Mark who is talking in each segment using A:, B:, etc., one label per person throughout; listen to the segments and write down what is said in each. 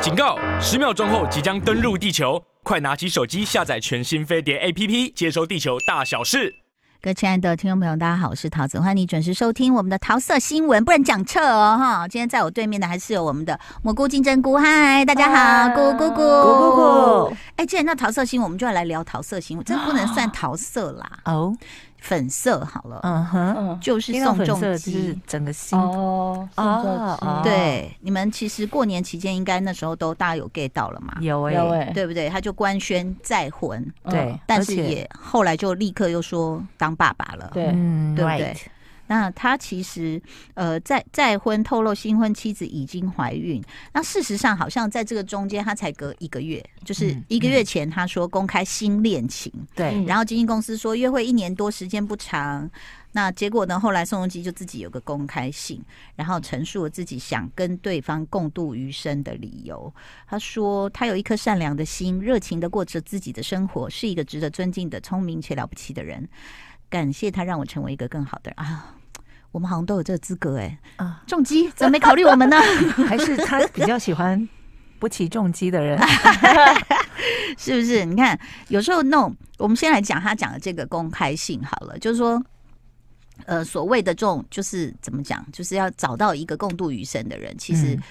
A: 警告！十秒钟后即将登陆地球，快拿起手机下载全新飞碟 APP，接收地球大小事。
B: 各位亲爱的听众朋友，大家好，我是桃子，欢迎你准时收听我们的桃色新闻，不能讲撤哦哈。今天在我对面的还是有我们的蘑菇金针菇，嗨，大家好，咕咕咕
C: 咕咕咕。
B: 哎，既然到桃色新闻，我们就要来聊桃色新闻，这不能算桃色啦，
C: 哦，
B: 粉色好了，
C: 嗯哼，
D: 嗯，
B: 就是
C: 听到
B: 宋
C: 粉
B: 仲
C: 色就是
B: 基。
C: 整个心，
D: 哦，送作
C: 哦
D: 机，
B: 对，你们其实过年期间应该那时候都大家有 get 到了嘛，
C: 有哎、
D: 有哎，
B: 对不对？他就官宣再婚，
D: 嗯
C: 对，
B: 欸但
C: 而
B: 是
C: 且
B: 也后来就立刻又说当爸爸了。
D: 对，
C: 嗯，
B: 对不对
C: right？
B: 那他其实呃，再再婚透露新婚妻子已经怀孕。那事实上，好像在这个中间，他才隔一个月，就是
C: 嗯
B: 一个月前他说公开新恋情，
C: 对
D: 嗯
B: 然后经纪公司说约会一年多，时间不长。那结果呢？后来宋仲基就自己有个公开信，然后陈述了自己想跟对方共度余生的理由。他说：“他有一颗善良的心，热情的过着自己的生活，是一个值得尊敬的、聪明且了不起的人。感谢他让我成为一个更好的人啊！我们好像都有这个资格哎、
C: 啊，
B: 仲基怎么没考虑我们呢？
C: 还是他比较喜欢不骑重机的 人，
B: 是不是？你看，有时候弄，我们先来讲他讲的这个公开性好了，就是说，呃，所谓的这种，就是怎么讲，就是要找到一个共度余生的人，其实
C: 嗯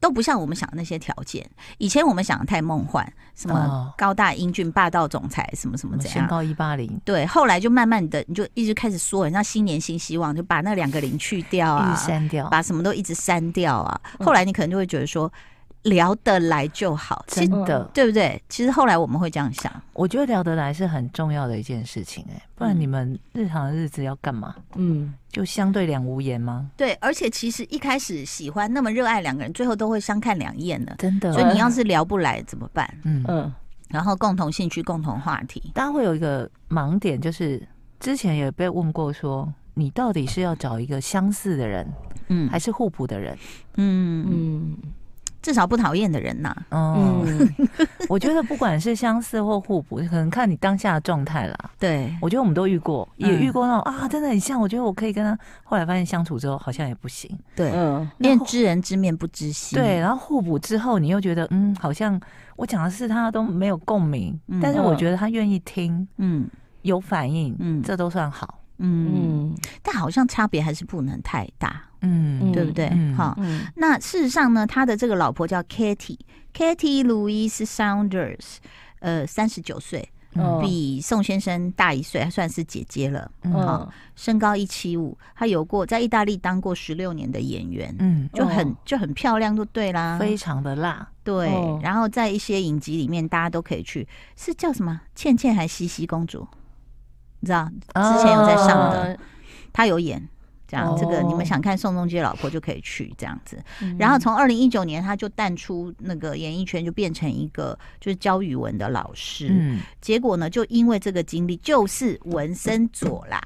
B: 都不像我们想的那些条件。以前我们想的太梦幻，什么
C: 哦
B: 高大英俊、霸道总裁，什么什么怎
C: 身
B: 样。
C: 高一八零，
B: 对，后来就慢慢的，你就一直开始说，人家新年新希望，就把那两个零去掉啊
C: 预，删嗯掉，
B: 把什么都一直删掉啊。后来你可能就会觉得说，聊得来就好，其
C: 真
B: 实
C: 的，
B: 对不对？其实后来我们会这样想。
C: 我觉得聊得来是很重要的一件事情、哎，不然
B: 嗯
C: 你们日常的日子要干嘛？
D: 嗯，
C: 就相对两无言吗？
B: 对，而且其实一开始喜欢那么热爱两个人，最后都会相看两厌的。
C: 真
B: 所以
C: 的，
B: 你要是聊不来怎么办？
C: 嗯，
D: 嗯，
B: 然后共同兴趣、共同话题，
C: 大家会有一个盲点，就是之前也被问过说。你到底是要找一个相似的人，
B: 嗯
C: 还是互补的人？
B: 嗯，
D: 嗯，
B: 至少不讨厌的人呐、
C: 嗯，
D: 嗯，
C: 我觉得不管是相似或互补，可能看你当下的状态啦。
B: 对，
C: 我觉得我们都遇过，也
B: 嗯
C: 遇过那种、啊，真的很像。我觉得我可以跟他，后来发现相处之后好像也不行。
B: 对，
D: 嗯，
B: 因
C: 然
B: 为
C: 后
B: 知人知面不知心。
C: 对，，然后互补之后，你又觉得嗯，好像我讲的是他都没有共鸣，
B: 嗯
C: 但是我觉得他愿意听，
B: 嗯
C: 有反应，
B: 嗯
C: 这都算好。
B: 嗯，
D: 嗯，
B: 但好像差别还是不能太大，
C: 嗯，
B: 对不对
C: 嗯？
B: 哈、
D: 嗯，
B: 那事实上呢，他的这个老婆叫 Katie，Katie Louise Saunders，呃，三十九岁，
D: 嗯
B: 比宋先生大一岁，还算是姐姐了。
C: 嗯好
D: 嗯，
B: 身高一七五，她有过在意大利当过十六年的演员，
C: 嗯，
B: 就很
D: 哦
B: 就很漂亮，就对啦，
C: 非常的辣，
B: 对
D: 哦。
B: 然后在一些影集里面，大家都可以去，是叫什么？倩倩还西西公主，你知道之前有在上
C: 哦
B: 的，她有演。这样，这个
D: 哦嗯
B: 你们想看宋仲基的老婆就可以去这样子。
C: 嗯
B: 然后从二零一九年，她就淡出那个演艺圈，就变成一个就是教语文的老师。
C: 嗯，
B: 结果呢，就因为这个经历，就是文森佐啦。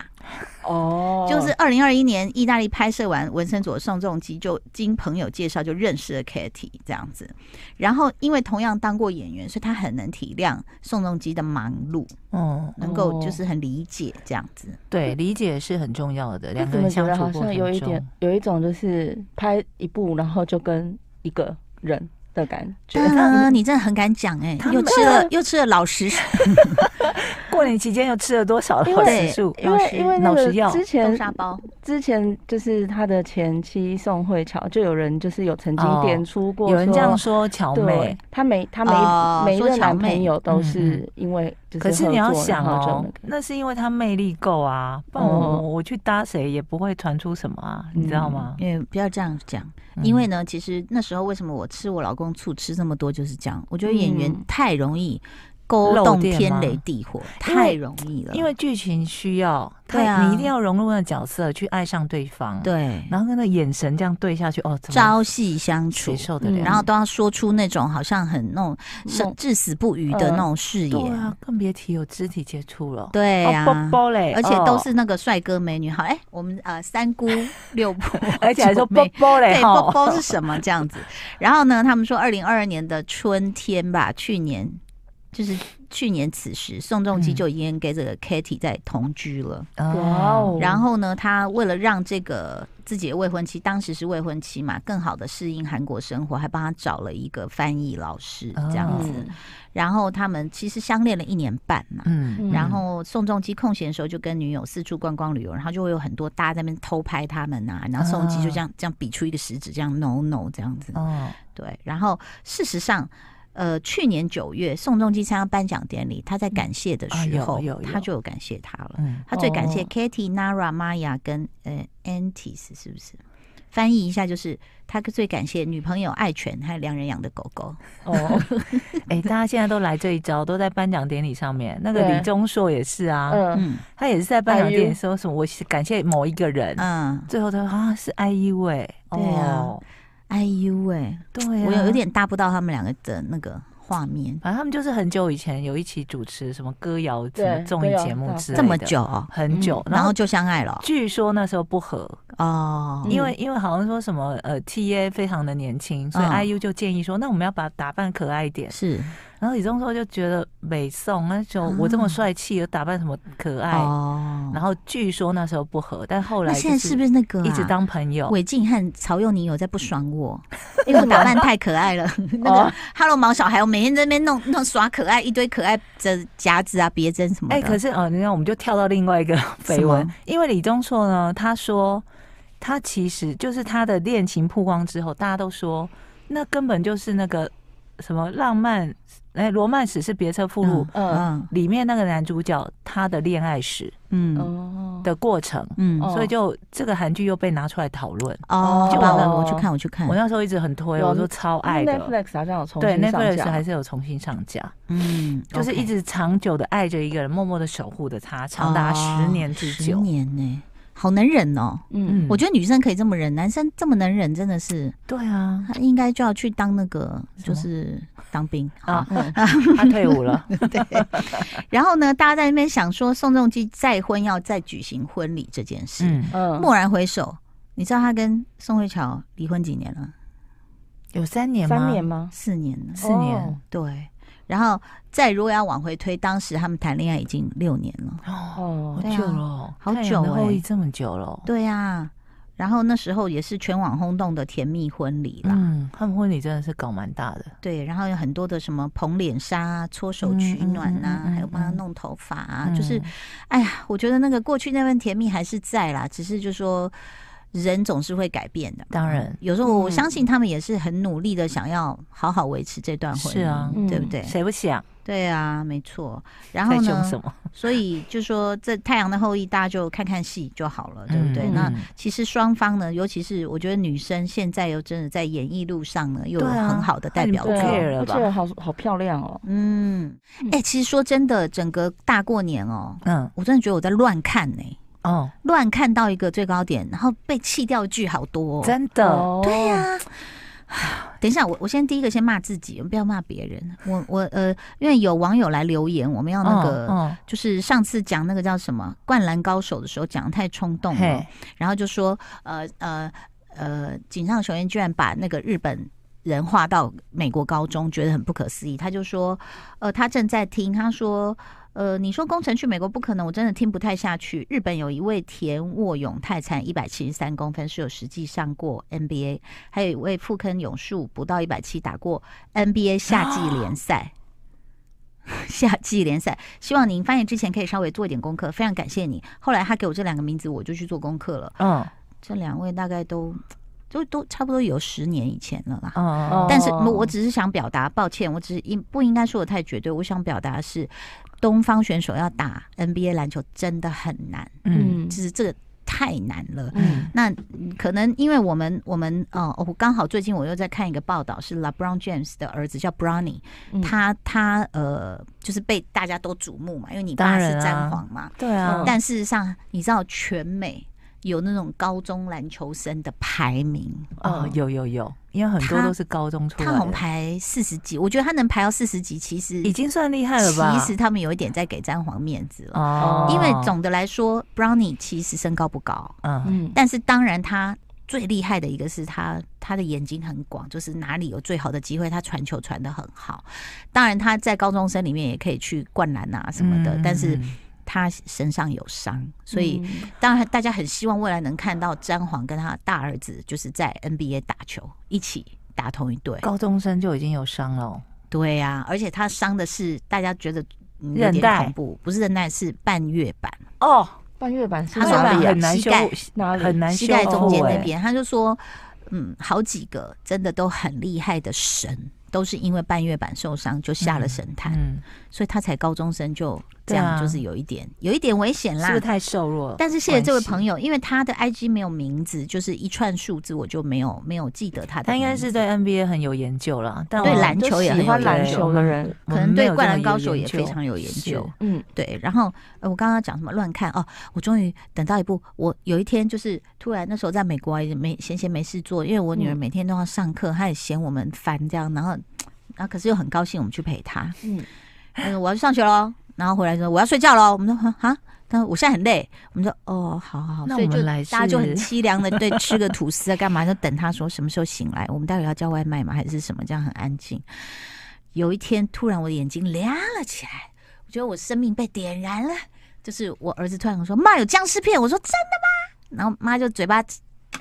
D: 哦，
B: 就是二零二一年意大利拍摄完《纹身佐宋仲基》，就经朋友介绍就认识了 Kitty 这样子。然后因为同样当过演员，所以他很能体谅宋仲基的忙碌，
C: 哦，
B: 能够就是很理解这样子。
C: 对，理解是很重要的，两
D: 怎么
C: 个人
D: 觉
C: 相
D: 得
C: 处
D: 好
C: 过
D: 像有
C: 程
D: 一点
C: 中，，
D: 有一种就是拍一部，然后就跟一个人的感觉，
B: 嗯、你真的很敢讲哎、
C: 他
B: 又
C: 们啊
B: 吃了又吃了老实
C: 过年期间又吃了多少
D: 因
C: 老
D: 为
C: 食素？
D: 因
C: 老
D: 为
C: 实
D: 因为那
C: 老实
D: 个
C: 药，
D: 之
B: 豆
D: 前
B: 沙包，
D: 之前就是他的前妻宋慧乔，就有人就是有曾经
C: 哦
D: 点出过，
C: 有人这样说乔哦妹
D: 对，，他每他每、
B: 哦
D: 每一
B: 说
D: 任
B: 乔
D: 男
B: 妹
D: 朋友都
C: 嗯
D: 是因为就是
C: 可是你要
D: 合作
C: 想
D: 然后就
C: 哦
D: 那，个
C: 那是因为他魅力够啊，不然我、
D: 哦
C: 我去搭谁也不会传出什么啊，你知道吗？
B: 也不要这样讲，
C: 嗯
B: 嗯因为呢，其实那时候为什么我吃我老公醋吃这么多，就是这样。我觉得演员
D: 嗯
B: 太容易勾
C: 漏
B: 动
C: 电
B: 天
C: 吗
B: 雷地火，
C: 因为
B: 太容易了。
C: 因为剧情需要，
B: 对啊
C: 他你一定要融入那个角色，去爱上对方，，
B: 对
C: 然后跟那眼神这样对下去，哦，怎么
B: 朝夕相处
C: 谁，受得了？嗯
D: 嗯
B: 然后都要说出那种好像很那种生
D: 梦
B: 至死不渝的那种誓
C: 呃对
B: 言，
C: 啊，更别提有肢体接触了，
B: 对呀、
C: 哦，包包嘞，
B: 而且都是
C: 哦，
B: 那个帅哥美女，好，哎，我们呃三 姑六婆，
C: 而且还说
B: 九妹
C: 包哦包嘞，
B: 对，
C: 哈
B: 包包是什么这样子？然后呢，他们说二零二二年的春天吧，去年就是去年此时，宋仲基
C: 嗯
B: 就已经跟这个 Kitty 在同居了。
C: 哦
D: 哇哦
B: 然后呢，他为了让这个自己的未婚妻，当时是未婚妻嘛，更好的适应韩国生活，还帮他找了一个翻译老师
C: 哦
B: 这样子。
D: 嗯
B: 然后他们其实相恋了一年半嘛。
C: 嗯
B: 然后宋仲基空闲的时候就跟女友四处观光旅游，然后就会有很多大家在那边偷拍他们啊，然后宋仲基就这样、这样比出一个食指，这样 no no 这样子。
C: 哦，
B: 对，然后事实上，呃，去年九月宋仲基参加颁奖典礼，他在感谢的
C: 啊
B: 时
C: 有
B: 候，
C: 有有
B: 他就有感谢他了。
C: 嗯，
B: 他最感谢
D: 哦
B: Katy、Nara、Maya 跟呃 Antis 是不是？翻译一下就是他最感谢女朋友爱犬还有两人养的狗狗。
D: 哦，
C: 哎、大家现在都来这一招，都在颁奖典礼上面。那个
D: 对
C: 李钟硕也是啊，
D: 嗯，
B: 嗯
C: 他也是在颁奖典
D: 哎
C: 礼
D: 呦
C: 说什么，我是感谢某一个人，
B: 嗯，
C: 最后他说啊是 IU 哎、
B: 对啊
C: 哦、
B: 哎呦喂，
C: 对啊，
B: 我有有，点搭不到他们两个的那个画面，
C: 反正他们就是很久以前有一起主持什么歌谣什
D: 对
C: 么综艺节目
D: 歌谣
C: 之类的，嗯
B: 这么久哦、
C: 很久，
B: 然
C: 然
B: 后
C: 后
B: 就相爱了
C: 据说那时候不和，
B: 哦。
D: 嗯
C: 因为因为好像说什么呃 TA 非常的年轻，所以
B: 嗯
C: IU 就建议说，那我们要把打扮可爱一点。
B: 是
C: 然后李钟硕就觉得美颂那时候
B: 啊
C: 我这么帅气，有打扮什么可爱？
B: 哦，
C: 然后据说那时候不和，但后
B: 那
C: 来
B: 现在是不是那个、啊、
C: 一直当朋友？
B: 韦静和曹佑宁有在不爽 我，因为我打扮太可爱了。 那个
D: 哦
B: Hello 毛小孩，我每天在那边弄弄耍可爱，一堆可爱的夹子啊、别针什么的。
C: 哎、可是哦，你看，我们就跳到另 外一个绯
B: 什
C: 闻
B: 么，
C: 因为李钟硕呢，他说他其实就是他的恋情曝光之后，大家都说那根本就是那个什么浪漫，哎，罗曼史是别册附录、
D: 嗯，
B: 嗯
C: 里面那个男主角他的恋爱史
B: 嗯
D: 哦，
C: 的过程，
B: 嗯
D: 哦
C: 所以就这个韩剧又被拿出来讨论。
B: 哦，
C: 就
B: 完
C: 把
B: 了，
D: 我
B: 我去看，我去看
C: 我。那时候一直很推，
D: 有啊
C: 我说超爱的。
D: Netflix 好像有重
C: 对
D: 新上架
C: ，Netflix 还是有重新上架，
B: 嗯，
C: 就是一
B: OK
C: 直长久的爱着一个人，默默的守护着他，长达十年之
B: 哦哦十
C: 久。
B: 年呢、好能忍哦。
D: 嗯，
B: 我觉得女生可以这么忍，男生这么能忍，真的是
C: 对 啊，
B: 他应该就要去当那个，
C: 什
B: 就
C: 么
B: 是当兵
C: 啊
B: 啊。
D: 嗯
C: 他退伍了。
B: 对。 然后呢，大家在那边想说宋仲基再婚要再举行婚礼这件事，
C: 嗯，
D: 嗯，
B: 蓦然回首，你知道他跟宋慧乔离婚几年了？
C: 有三年吗？
D: 三年吗？
B: 四年了。
C: 四年
D: 哦
B: 对，然后再如果要往回推，当时他们谈恋爱已经六年了。
C: 哦，
D: 哦
C: 好，久了哦，
B: 啊好久
C: 太阳的后
B: 欸
C: 裔这么久了哦。
B: 对啊，然后那时候也是全网轰动的甜蜜婚礼啦。
C: 嗯，他们婚礼真的是搞蛮大的。
B: 对，然后有很多的什么捧脸纱、啊、搓手取暖呐、
C: 嗯嗯嗯嗯嗯
B: 还有帮他弄头发啊，
C: 嗯
B: 就是，哎呀，我觉得那个过去那份甜蜜还是在啦，只是就说人总是会改变的。
C: 当然
B: 有时候我
D: 嗯
B: 相信他们也是很努力的，想要好好维持这段婚姻，
C: 是啊
B: 对不
D: 嗯
B: 对？
C: 谁不想？
B: 对啊，没错。然后
C: 在凶
B: 呢
C: 什，么？
B: 所以就说这《太阳的后裔》，大家就看看戏就好了，对不对？
C: 嗯
B: 那
C: 嗯
B: 其实双方呢，尤其是我觉得女生现在又真的在演艺路上呢，又有
C: 对啊
B: 很好的代
C: 那你
B: 表
C: 不
B: 作。
C: care 了
D: 而
C: 吧
D: 且好好漂亮哦，
B: 嗯，
D: 嗯
B: 哎、其实说真的，整个大过年哦，
C: 嗯
B: 我真的觉得我在乱看呢、
C: 哦，
B: 乱看到一个最高点，然后被弃掉的剧好多、哦。
C: 真的，
D: 哦
B: 对呀、等一下，我我先第一个先骂自己，不要骂别人。我我呃，因为有网友来留言，我们要那个、
C: 嗯
B: 就是上次讲那个叫什么《灌篮高手》的时候讲得太冲动
C: 嗯
B: 了
C: 嘿，，
B: 然后就说呃呃呃，井上雄彦居然把那个日本。人划到美国高中，觉得很不可思议。他就说，呃，他正在听，他说，呃，你说工程去美国不可能，我真的听不太下去。日本有一位田沃永泰才一百七十三公分，是有实际上过 NBA，还有一位富坑勇树不到一百七打过 NBA 夏季联赛。 夏季联赛，希望您发言之前可以稍微做一点功课，非常感谢你。后来他给我这两个名字，我就去做功课了。
C: 嗯
B: 这两位大概都都都差不多有十年以前了啦。
C: 嗯嗯
B: 但是
D: 哦
B: 我只是想表达，抱歉，我只是应不应该说的太绝对。我想表达的是，东方选手要打 NBA 篮球真的很难，
C: 嗯
D: 嗯
B: 就是这个太难了。
C: 嗯
B: 那嗯可能因为我们我们呃，我刚好最近我又在看一个报道，是 LeBron James 的儿子叫 Bronny，、
D: 嗯
B: 他他呃就是被大家都瞩目嘛，因为你爸
C: 当
B: 是
C: 然啊
B: 詹皇嘛。
C: 对啊
D: 嗯，
B: 但事实上，你知道全美有那种高中篮球生的排名，
C: 哦有有有，因为很
B: 嗯
C: 多
B: 他
C: 都是高中出来
B: 他
C: 的，
B: 好像排四十几，我觉得他能排到四十几，其实
C: 已经算厉害了吧？
B: 其实他们有一点在给詹皇面子了，
C: 哦，
B: 因为总的来说，Brownie 其实身高不高，
C: 嗯
D: 嗯，
B: 但是当然他最厉害的一个是他他的眼睛很广，就是哪里有最好的机会，他传球传的很好。当然他在高中生里面也可以去灌篮啊什么的，
C: 嗯
B: 但是
C: 嗯
B: 他身上有伤，所以
D: 嗯
B: 当然大家很希望未来能看到詹皇跟他的大儿子就是在 NBA 打球，一起打同一队。
C: 高中生就已经有伤了哦，
B: 对呀、而且他伤的是大家觉得嗯有
C: 韧
B: 点
C: 带
B: 恐怖，不是韧带，是半月板。
C: 哦，
D: 半月板是
B: 他说
D: 哪
B: 很
D: 里啊？
C: 难
B: 膝
C: 修
B: 盖，
D: 哪里？
C: 很难
B: 膝
C: 修
B: 盖中间
C: 复
B: 那
C: 欸
B: 边，他就说，嗯，好几个真的都很厉害的神，都是因为半月板受伤就下了神坛，
C: 嗯，
B: 所以他才高中生就这
C: 对
B: 样，
C: 啊
B: 就是有一点有一点危险
C: 是
B: 啦。
C: 不是太瘦弱？
B: 但是谢谢这位朋
C: 友，
B: 友，因为他的 IG 没有名字，就是一串数字，我就没有没有记得他的。
C: 他应该是对 NBA 很有研究了，但
B: 嗯对
C: 我
B: 篮球也很
D: 嗯喜欢
B: 有
D: 篮
B: 研究
D: 球的人，
B: 可能对灌篮高手也非常有研究。
D: 嗯，
B: 对，然后、呃我刚刚讲什么乱看哦，我终于等到一部，我有一天就是突然那时候在美国啊也没闲闲没事做，因为我女儿
D: 嗯
B: 每天都要上课，她也嫌我们烦这样，然后然后可是又很高兴我们去陪她，嗯
D: 嗯，
B: 我要去上学喽，然后回来说我要睡觉喽，我们说哈哈。但我现在很累，我们说哦，好好好，
C: 那
B: 所以
C: 我们
B: 就
C: 来
B: 大家就很
C: 是
B: 凄凉的，对，吃个吐司啊，干嘛？就等她说哦什么时候醒来，我们待会要叫外卖吗？还是什么？这样很安静。有一天，突然我的眼睛亮了起来，我觉得我生命被点燃了。就是我儿子突然跟我说：“妈，有僵尸片！”我说：“真的吗？”然后妈就嘴巴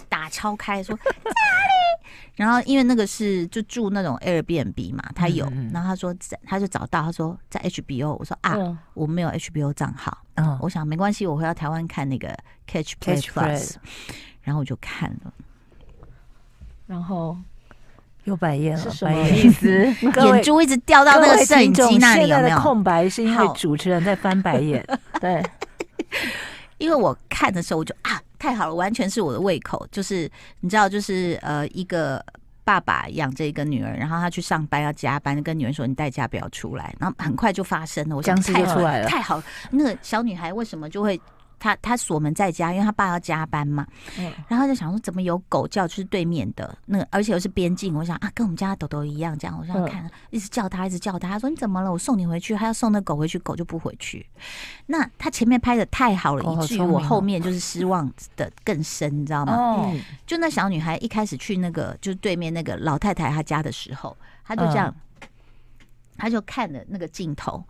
B: 打超开说：“在哪里？”然后因为那个是就住那种 Airbnb 嘛，他有，
C: 嗯嗯嗯
B: 然后他说在他就找到，他说在 HBO，我说啊，
D: 嗯
B: 我没有 HBO 账号，
C: 嗯
B: 我想没关系，我回到台湾看那个 Catch Play
C: Catch Play
B: Plus，然后我就看了，
D: 然后
C: 又白眼
D: 是
C: 了，
D: 什
C: 白
D: 么
C: 眼
D: 意。思？
C: 各位
B: 眼珠一直掉到那
C: 各
B: 个
C: 位
B: 摄影
C: 听众
B: 机那里，
C: 现
B: 有
C: 在
B: 没
C: 的
B: 有？
C: 空白是因
B: 好
C: 为主持人在翻白 眼，
D: 对，
B: 因为我看的时候，我就啊，太好了，完全是我的胃口。就是你知道，就是呃，一个爸爸养着一个女儿，然后他去上班要加班，跟女儿说你带假不要出来，然后很快就发生了。我想
C: 僵尸
B: 太
C: 就
B: 好
C: 出来了
B: 太好了。那个小女孩为什么就会？她她锁门在家，因为她爸要加班嘛，
D: 嗯
B: 然后就想说怎么有狗叫，就是对面的那个，而且又是边境，我想啊，跟我们家的豆豆一样，这样我想
D: 嗯
B: 看，一直叫她，一直叫她，她说你怎么了？我送你回去，她要送那狗回去，狗就不回去。那她前面拍的太好了，
C: 狗好
B: 以至于
C: 聪明
B: 我
C: 哦
B: 后面就是失望的更深，你知道吗？
C: 哦，
D: 嗯
B: 就那小女孩一开始去那个就是对面那个老太太她家的时候，她就这样，
C: 嗯
B: 她就看了那个镜头，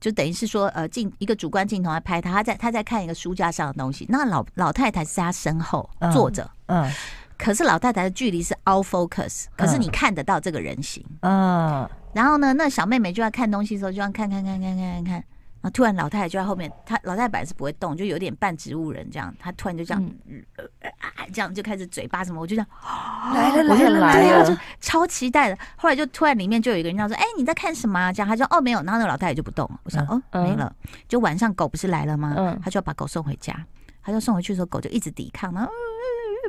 B: 就等于是说呃镜一个主观镜头来拍她，她在她在看一个书架上的东西。那老老太太是在她身后
C: 嗯
B: 坐着，
C: 嗯
B: 可是老太太的距离是 all focus，可是
C: 嗯
B: 你看得到这个人形。
C: 嗯，
B: 然后呢，那小妹妹就在看东西的时候，就这样看看看看看看看，然后突然老太太就在后面，她老太太本来是不会动，就有点半植物人这样，她突然就这样，
D: 嗯
B: 呃呃啊这样就开始嘴巴什么，我就这样。
C: 来了
D: 我
C: 来
D: 就
C: 了
D: 来
C: 来
B: 对
C: 了，
B: 啊，
D: 了
B: 就超期待的。后来就突然里面就有一个人这样说：“哎、你在看什么、啊？”这样，他就哦没有。然后那个老太太就不动了。我想、哦
D: 嗯
B: 没了。就晚上狗不是来了吗？
D: 嗯
B: 他就要把狗送回家。他就送回去的时候，狗就一直抵抗，然后、呃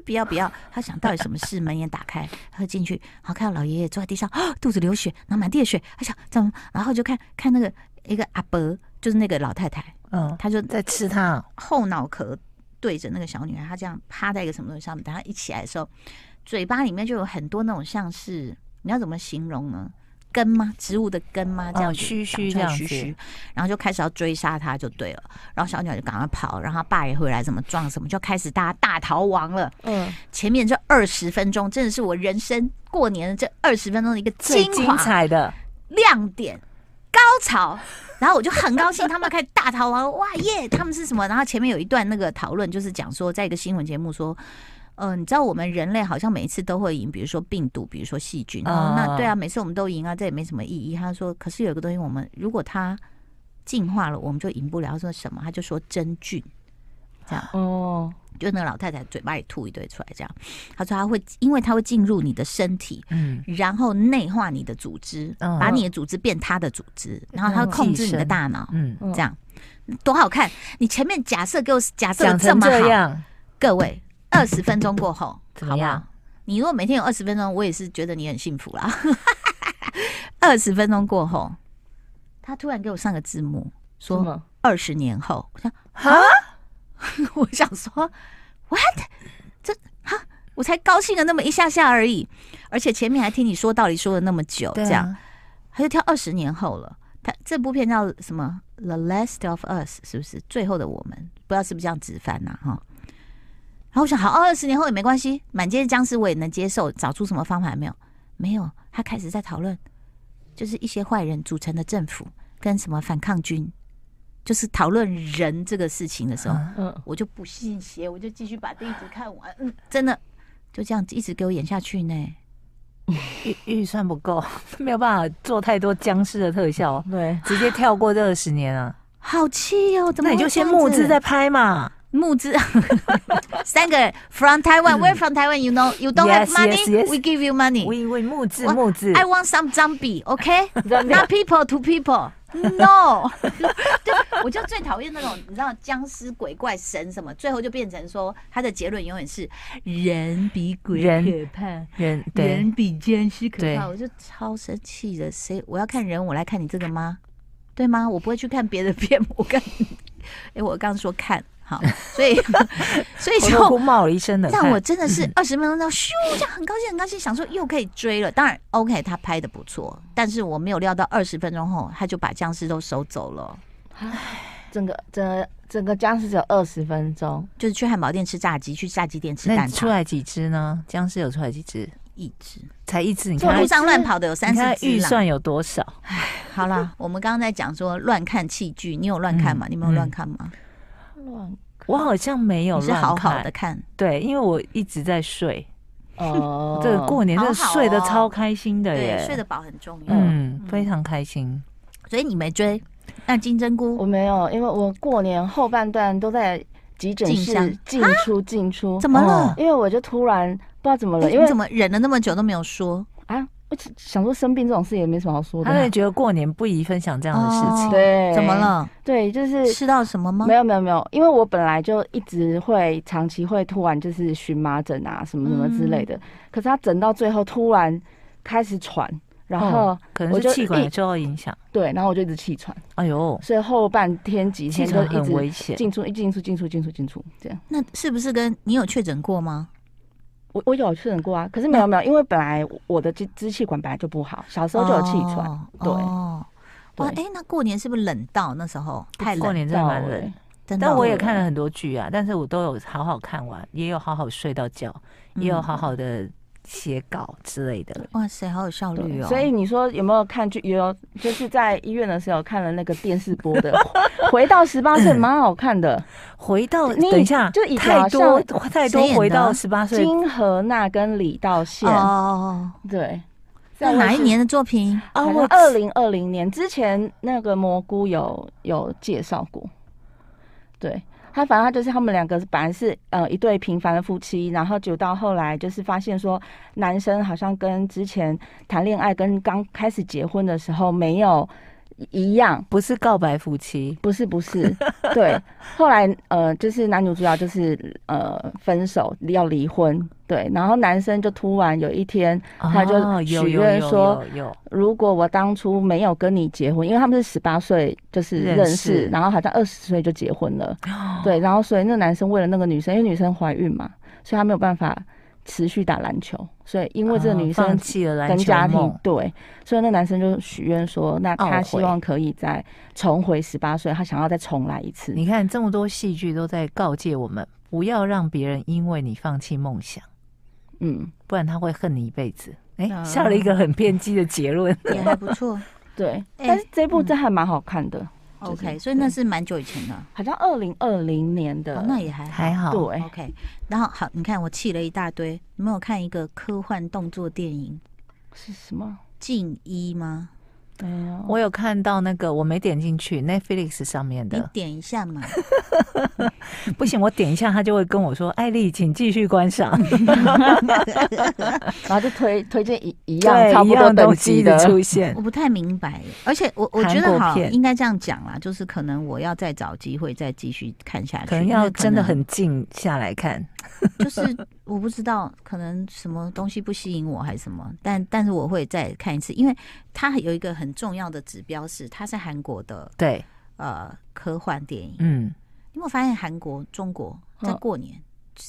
B: 不要不要。他想到底什么事？ 门也打开，他就进去，然后看到老爷爷坐在地上，哦肚子流血，然后满地的血。他想怎么？然后就看看那个一个阿伯，就是那个老太太，
C: 嗯，
B: 他就
C: 在吃它哦，
B: 后脑壳对着那个小女孩，她这样趴在一个什么东西上面，等她一起来的时候，嘴巴里面就有很多那种像是你要怎么形容呢？根吗？植物的根吗？这样子
C: 哦须须
B: 长出来
C: 这样
B: 须
C: 子
B: 须，然后就开始要追杀她就对了。然后小女孩就赶快跑，然后她爸也回来，怎么撞什么，就开始大家大逃亡了。
D: 嗯，
B: 前面这二十分钟真的是我人生过年的这二十分钟的一个
C: 最
B: 精
C: 精
B: 华。
C: 彩的，
B: 亮点、高潮，然后我就很高兴，他们开始大逃亡，哇耶！他们是什么？然后前面有一段那个讨论，就是讲说，在一个新闻节目说。嗯、你知道我们人类好像每一次都会赢，比如说病毒，比如说细菌。哦，
C: 啊
B: 那对啊，每次我们都赢啊，这也没什么意义。他说，可是有一个东啊西，我们如果呃它进化了，我们就赢不了。他说什么？他就说真菌，
D: 哦，
B: 就那个老太太嘴巴里吐一堆出来，这样。他说他会，因为它会进入你的身体，
C: 嗯，
B: 然后内化你的组织，
C: 嗯
B: 把你的组织变他的组织，然后他会控制你的大脑，
C: 嗯，
D: 嗯
B: 这样多好看！你前面假设给我假设
C: 讲
B: 的这
C: 成
B: 么
C: 这
B: 好，
C: 样，
B: 各位二十分钟过后，
C: 怎
B: 好
C: 么
B: 不
C: 样
B: 好？你如果每天有二十分钟，我也是觉得你很幸福啦。 二十分钟过后，他突然给我上个字幕
D: 什
B: 说
D: 么？
B: 二十年后，我想
C: 哈，
B: 我想说，what？这哈，我才高兴了那么一下下而已，而且前面还听你说道理说了那么久，这
C: 对
B: 样。
C: 啊，
B: 他就跳二十年后了。他这部片叫什么《The Last of Us》，是不是？最后的我们，不知道是不是这样直翻呐、哈。然后我想，好，二十年后也没关系，满街的僵尸我也能接受，找出什么方法没有？没有，他开始在讨论，就是一些坏人组成的政府跟什么反抗军，就是讨论人这个事情的时候，
C: 啊
D: 嗯，
B: 我就不信邪，我就继续把这一集看完。嗯，真的就这样子一直给我演下去呢。
C: 预预算不够， 没有办法做太多僵尸的特效，哦
D: 对，
C: 直接跳过这二十年啊。
B: 好气哦！怎么会
C: 那你就
B: 这
C: 先
B: 样
C: 募资
B: 子
C: 再拍嘛。
B: 募资， 三个人 from Taiwan, we're from Taiwan, you know, you don't have
C: Yes,
B: money,
C: yes, yes.
B: we give you money.
C: 我以为募资
B: 哎我
C: 募资，
B: I want some zombie, OK? Not people to people. No，对，我就最讨厌那种你知道僵尸、鬼怪、神什么，最后就变成说他的结论永远是人比鬼
C: 人
B: 可怕，
C: 人对
B: 人比僵尸可
C: 对
B: 怕，我就超生气的。谁我要看人，我来看你这个吗？对吗？我不会去看别的片，我看， 哎、我刚说看 好，所以所以
C: 我
B: 就
C: 都呼冒了一身冷
B: 让我
C: 汗。
B: 真的是二十分钟到咻，这样很高兴很高兴，想说又可以追了。当然，OK，他拍的不错，但是我没有料到二十分钟后他就把僵尸都收走了，
D: 整个整个整个僵尸只有二十分钟，
B: 就是去汉堡店吃炸鸡，去炸鸡店吃
C: 那
B: 蛋
C: 你出
B: 挞，
C: 来几只呢？僵尸有出来几只？
B: 一只。
C: 才一只，你
B: 就
C: 看
B: 路
C: 它
B: 上乱跑的有
C: 你
B: 三
C: 看
B: 四
C: 它
B: 只
C: 预
B: 啦。
C: 算有多少？
B: 好 啦，我们刚刚在讲说乱看器具，你有乱看吗？
C: 嗯
B: 你没有乱看吗？
D: 乱
C: 我好像没有
B: 你是
C: 乱
B: 好好
C: 看
B: 的，看，
C: 对，因为我一直在睡。
D: 哦
C: 这个过年真的
B: 好好
C: 睡得
B: 哦
C: 超开心的耶
B: 对，，睡得饱很重要。
C: 嗯
B: 嗯，
C: 非常开心。
B: 所以你没追。那金针
D: 我
B: 菇
D: 没有，因为我过年后半段都在急诊
B: 进
D: 室
B: 香
D: 进出进出，
B: 怎么了
C: 哦？
D: 因为我就突然不知道怎么
B: 哎
D: 了，因
B: 你
D: 为
B: 怎么忍了那么久都没有说？
D: 啊，我只想说生病这种事也没什么好说
C: 他会
D: 的。
C: 觉得过年不宜分享这样的事情
B: 哦。
D: 对，
B: 怎么？了？
D: 对，就是
B: 吃到什么吗
D: 没？有没有没有，因为我本来就一直会长期会突然就是荨麻疹啊什么什么之类的，可是他疹到最后突然开始喘，然后、
C: 哦可
D: 我
C: 能
D: 就是
C: 气管
D: 一
C: 也受到影响。
D: 对，然后我就一直气喘，
C: 哎呦，
D: 所以后半天几
C: 气
D: 天就
C: 喘
D: 一
C: 很
D: 直
C: 危险。
D: 进出一进出进出进出进出这样。
B: 那是不是跟你有确诊过吗？
D: 我我有确诊过啊，可是没有没有，因为本来我的支支气管本来就不好，小时候就有气喘，
B: 哦
D: 对
B: 哦，哇，哎
D: 对，
B: 那过年是不是冷到那时候太
C: 过
B: 冷？
C: 年真的蛮
D: 到
C: 冷
D: 欸，
B: 真的哦，
C: 但我也看了很多剧啊，但是我都有好好看完，也有好好睡到觉，也有
B: 嗯
C: 好好的写稿之类的。
B: 哇塞，好有效率
D: 对，
B: 哦。
D: 所以你说有没有看剧？也有，就是在医院的时候看了那个电视播 的《回到十八岁》，蛮好看的。
C: 回到
D: 你
C: 等一下，
D: 就以前
C: 太
D: 好
C: 多太
B: 谁演
C: 多
B: 的
C: 回到十八岁，
D: 金荷娜跟李道宪，
B: 啊哦，
D: 对，
B: 那哪一？年的哦作品？
C: 啊
D: 好
C: 我
D: 像二零二零年之前那个蘑菇有有介绍过，对。他反正他就是他们两个本来是呃一对平凡的夫妻，然后就到后来就是发现说男生好像跟之前谈恋爱跟刚开始结婚的时候没有一样，
C: 不是告白夫妻，
D: 不是不是，对。后来呃，就是男女主角就是呃分手要离婚，对。然后男生就突然有一天，他就
C: 哦有
D: 许
C: 有
D: 愿
C: 有
D: 说
C: 有有
D: 如果我当初没有跟你结婚，因为他们是十八岁就是认
C: 认
D: 识，
C: 识哦
D: 然后好像二十岁就结婚了，对。然后所以那男生为了那个女生，因为女生怀孕嘛，所以他没有办法持续打篮球，所以因为这个
C: 啊
D: 女生
C: 放弃了篮
D: 跟
C: 球
D: 家庭
C: 梦，
D: 对，所以那男生就许愿说，那他
C: 懊
D: 希
C: 悔
D: 望可以再重回十八岁，他想要再重来一次。
C: 你看这么多戏剧都在告诫我们，不要让别人因为你放弃梦想，
D: 嗯，
C: 不然他会恨你一辈子。哎、
B: 啊
C: 下了一个很偏激的结论。
B: 也还不 错。
D: 对，
B: 哎
D: 但是这部真还蛮好看的，就是
B: OK，所以那是蛮久以前的，
D: 好像二零二零年的
C: 呃
B: 哦，那也还
C: 还
B: 好。
C: 好，
D: 对，
B: OK，然后好，你看我气了一大堆。你们有看一个科幻动作电影
D: 是什么？
B: 《静一》吗？
D: 没有，
C: 我有看到那个，我没点进去 Netflix 上面
B: 你
C: 的，
B: 点一下 嘛。
C: 不行，我点一下，他就会跟我说：“艾丽，请继续观赏。
D: 然后就推推荐一一”样
C: 对，
D: 差
C: 一
D: 不多
C: 样
D: 等
C: 东西
D: 级
C: 的
D: 的，
C: 出现
B: 我。不太明白耶，而且我我觉
C: 韩
B: 得
C: 国
B: 好
C: 片
B: 应该这样讲啦，就是可能我要再找机会再继续看下去，
C: 可能
B: 因为
C: 要真的
B: 能
C: 很静下来看，
B: 就是我不知道，可能什么东西不吸引我还是什么，但但是我会再看一次，因为它有一个很重要的指标是它是韩国的
C: 对，
B: 呃科幻电影，
C: 嗯
B: 你有没有发现韩国、中国在
D: 嗯
B: 过年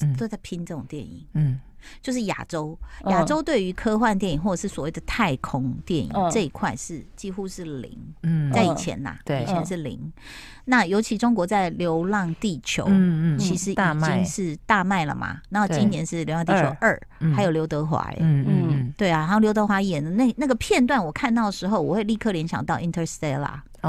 C: 嗯
B: 都在拼这种电影，
C: 嗯，
B: 就是亚洲
D: 嗯
B: 亚洲对于科幻电影或者是所谓的太空电影、
D: 嗯
B: 这一块是几乎是零。
C: 嗯，
B: 在以
D: 嗯
B: 前呐、
C: 对
B: 以前
D: 嗯
B: 是零。那尤其中国在《流浪地球》
C: 嗯嗯，
B: 其实已
C: 大麦
B: 经，是大卖了嘛，然后
C: 对
B: 今年是《流浪地球二》，
C: 嗯
B: 还有刘德华耶。
C: 嗯嗯
D: 嗯
C: 嗯，
B: 对啊，然后刘德华演的那那个片段，我看到的时候，我会立刻联想到《Interstellar》，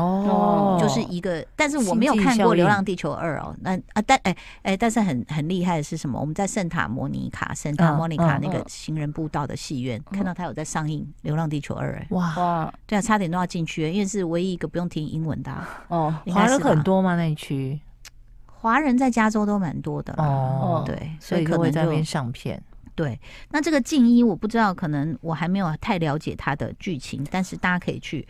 C: 哦，
B: 就是一个，但是我没有
C: 星际
B: 看过
C: 效
B: 《流
C: 应
B: 浪地球二》哦。那啊，但哎哎，但是很很厉害的是什么？我们在圣塔莫尼卡、圣塔
C: 嗯
B: 莫尼卡
C: 嗯
B: 那个
D: 嗯
B: 行人步道的戏院，看到他有在上映《流浪地球二》哎，
C: 哇，
D: 哇
B: 对啊，差点都要进去，因为是唯一一个不用听英文的啊、
D: 哦，
B: 应该
C: 华
B: 是
C: 人很
B: 吧，
C: 多吗？那一区？
B: 华人在加州都蛮多的啦
C: 哦
B: 对，所
C: 所
B: 以
C: 以
B: 可
C: 就会
B: 能
C: 在那边
B: 就
C: 上片。
B: 对。那这个静一我不知道，可能我还没有太了解它的剧情，但是大家可以去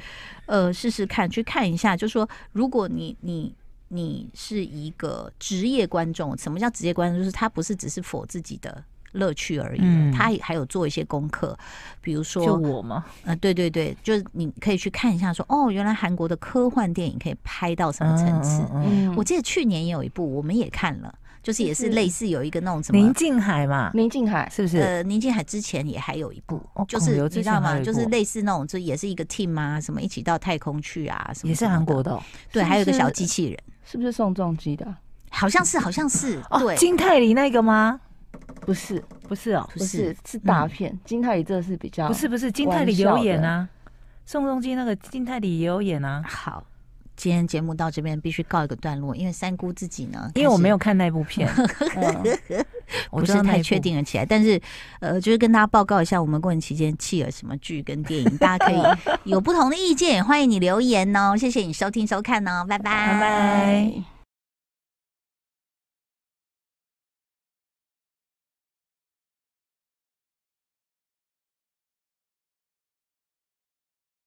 B: 呃试试看，去看一下。就说如果你你。你是一个职业观众，什么叫职业观众？就是他不是只是否自己的乐趣而已，
C: 嗯
B: 他也还有做一些功课，比如说
C: 就我吗？
B: 呃，对对对，就是你可以去看一下说，哦，原来韩国的科幻电影可以拍到什么层次。
C: 嗯嗯嗯
D: 嗯，
B: 我记得去年也有一部，我们也看了，就是也是
D: 是
B: 类似有一个那种什
C: 宁
B: 么。
C: 静海嘛，
D: 宁静海，
C: 是不是？
B: 呃，宁静海之前也还有一部，
C: 哦
B: 就
C: 孔
B: 是
C: 刘
B: 你
C: 之
B: 知道
C: 前还
B: 吗？
C: 有一
B: 就是
C: 部
B: 类似那种，就也是一个 team 啊，什么一起到太空去啊，什么
C: 也是
B: 什么
C: 韩
B: 的
C: 国的哦，
B: 对，还有一个
D: 是
B: 小机器人，
D: 是不是宋仲基的啊？
B: 好像是，好像是，
C: 哦
B: 对，
C: 金泰梨那个吗？
D: 不是，
C: 不是哦，
B: 不
D: 不是，是大片。金泰宇这个是比较
C: 不是不是，金泰梨也有演啊，宋仲基那个金泰梨也有演啊，
B: 好，今天节目到这边必须告一个段落，因为三姑自己呢，
C: 因为我
B: 开始
C: 没有看那部片，
D: 嗯
C: 我
B: 不
C: 知
B: 是
C: 道那一
B: 太
C: 部
B: 确。定了起来，但是呃，就是跟大家报告一下，我们过年期间弃了什么剧跟电影，大家可 以有不同的意见，也欢迎你留言哦。谢谢你收听收看哦，拜拜，
C: 拜拜。
D: 拜。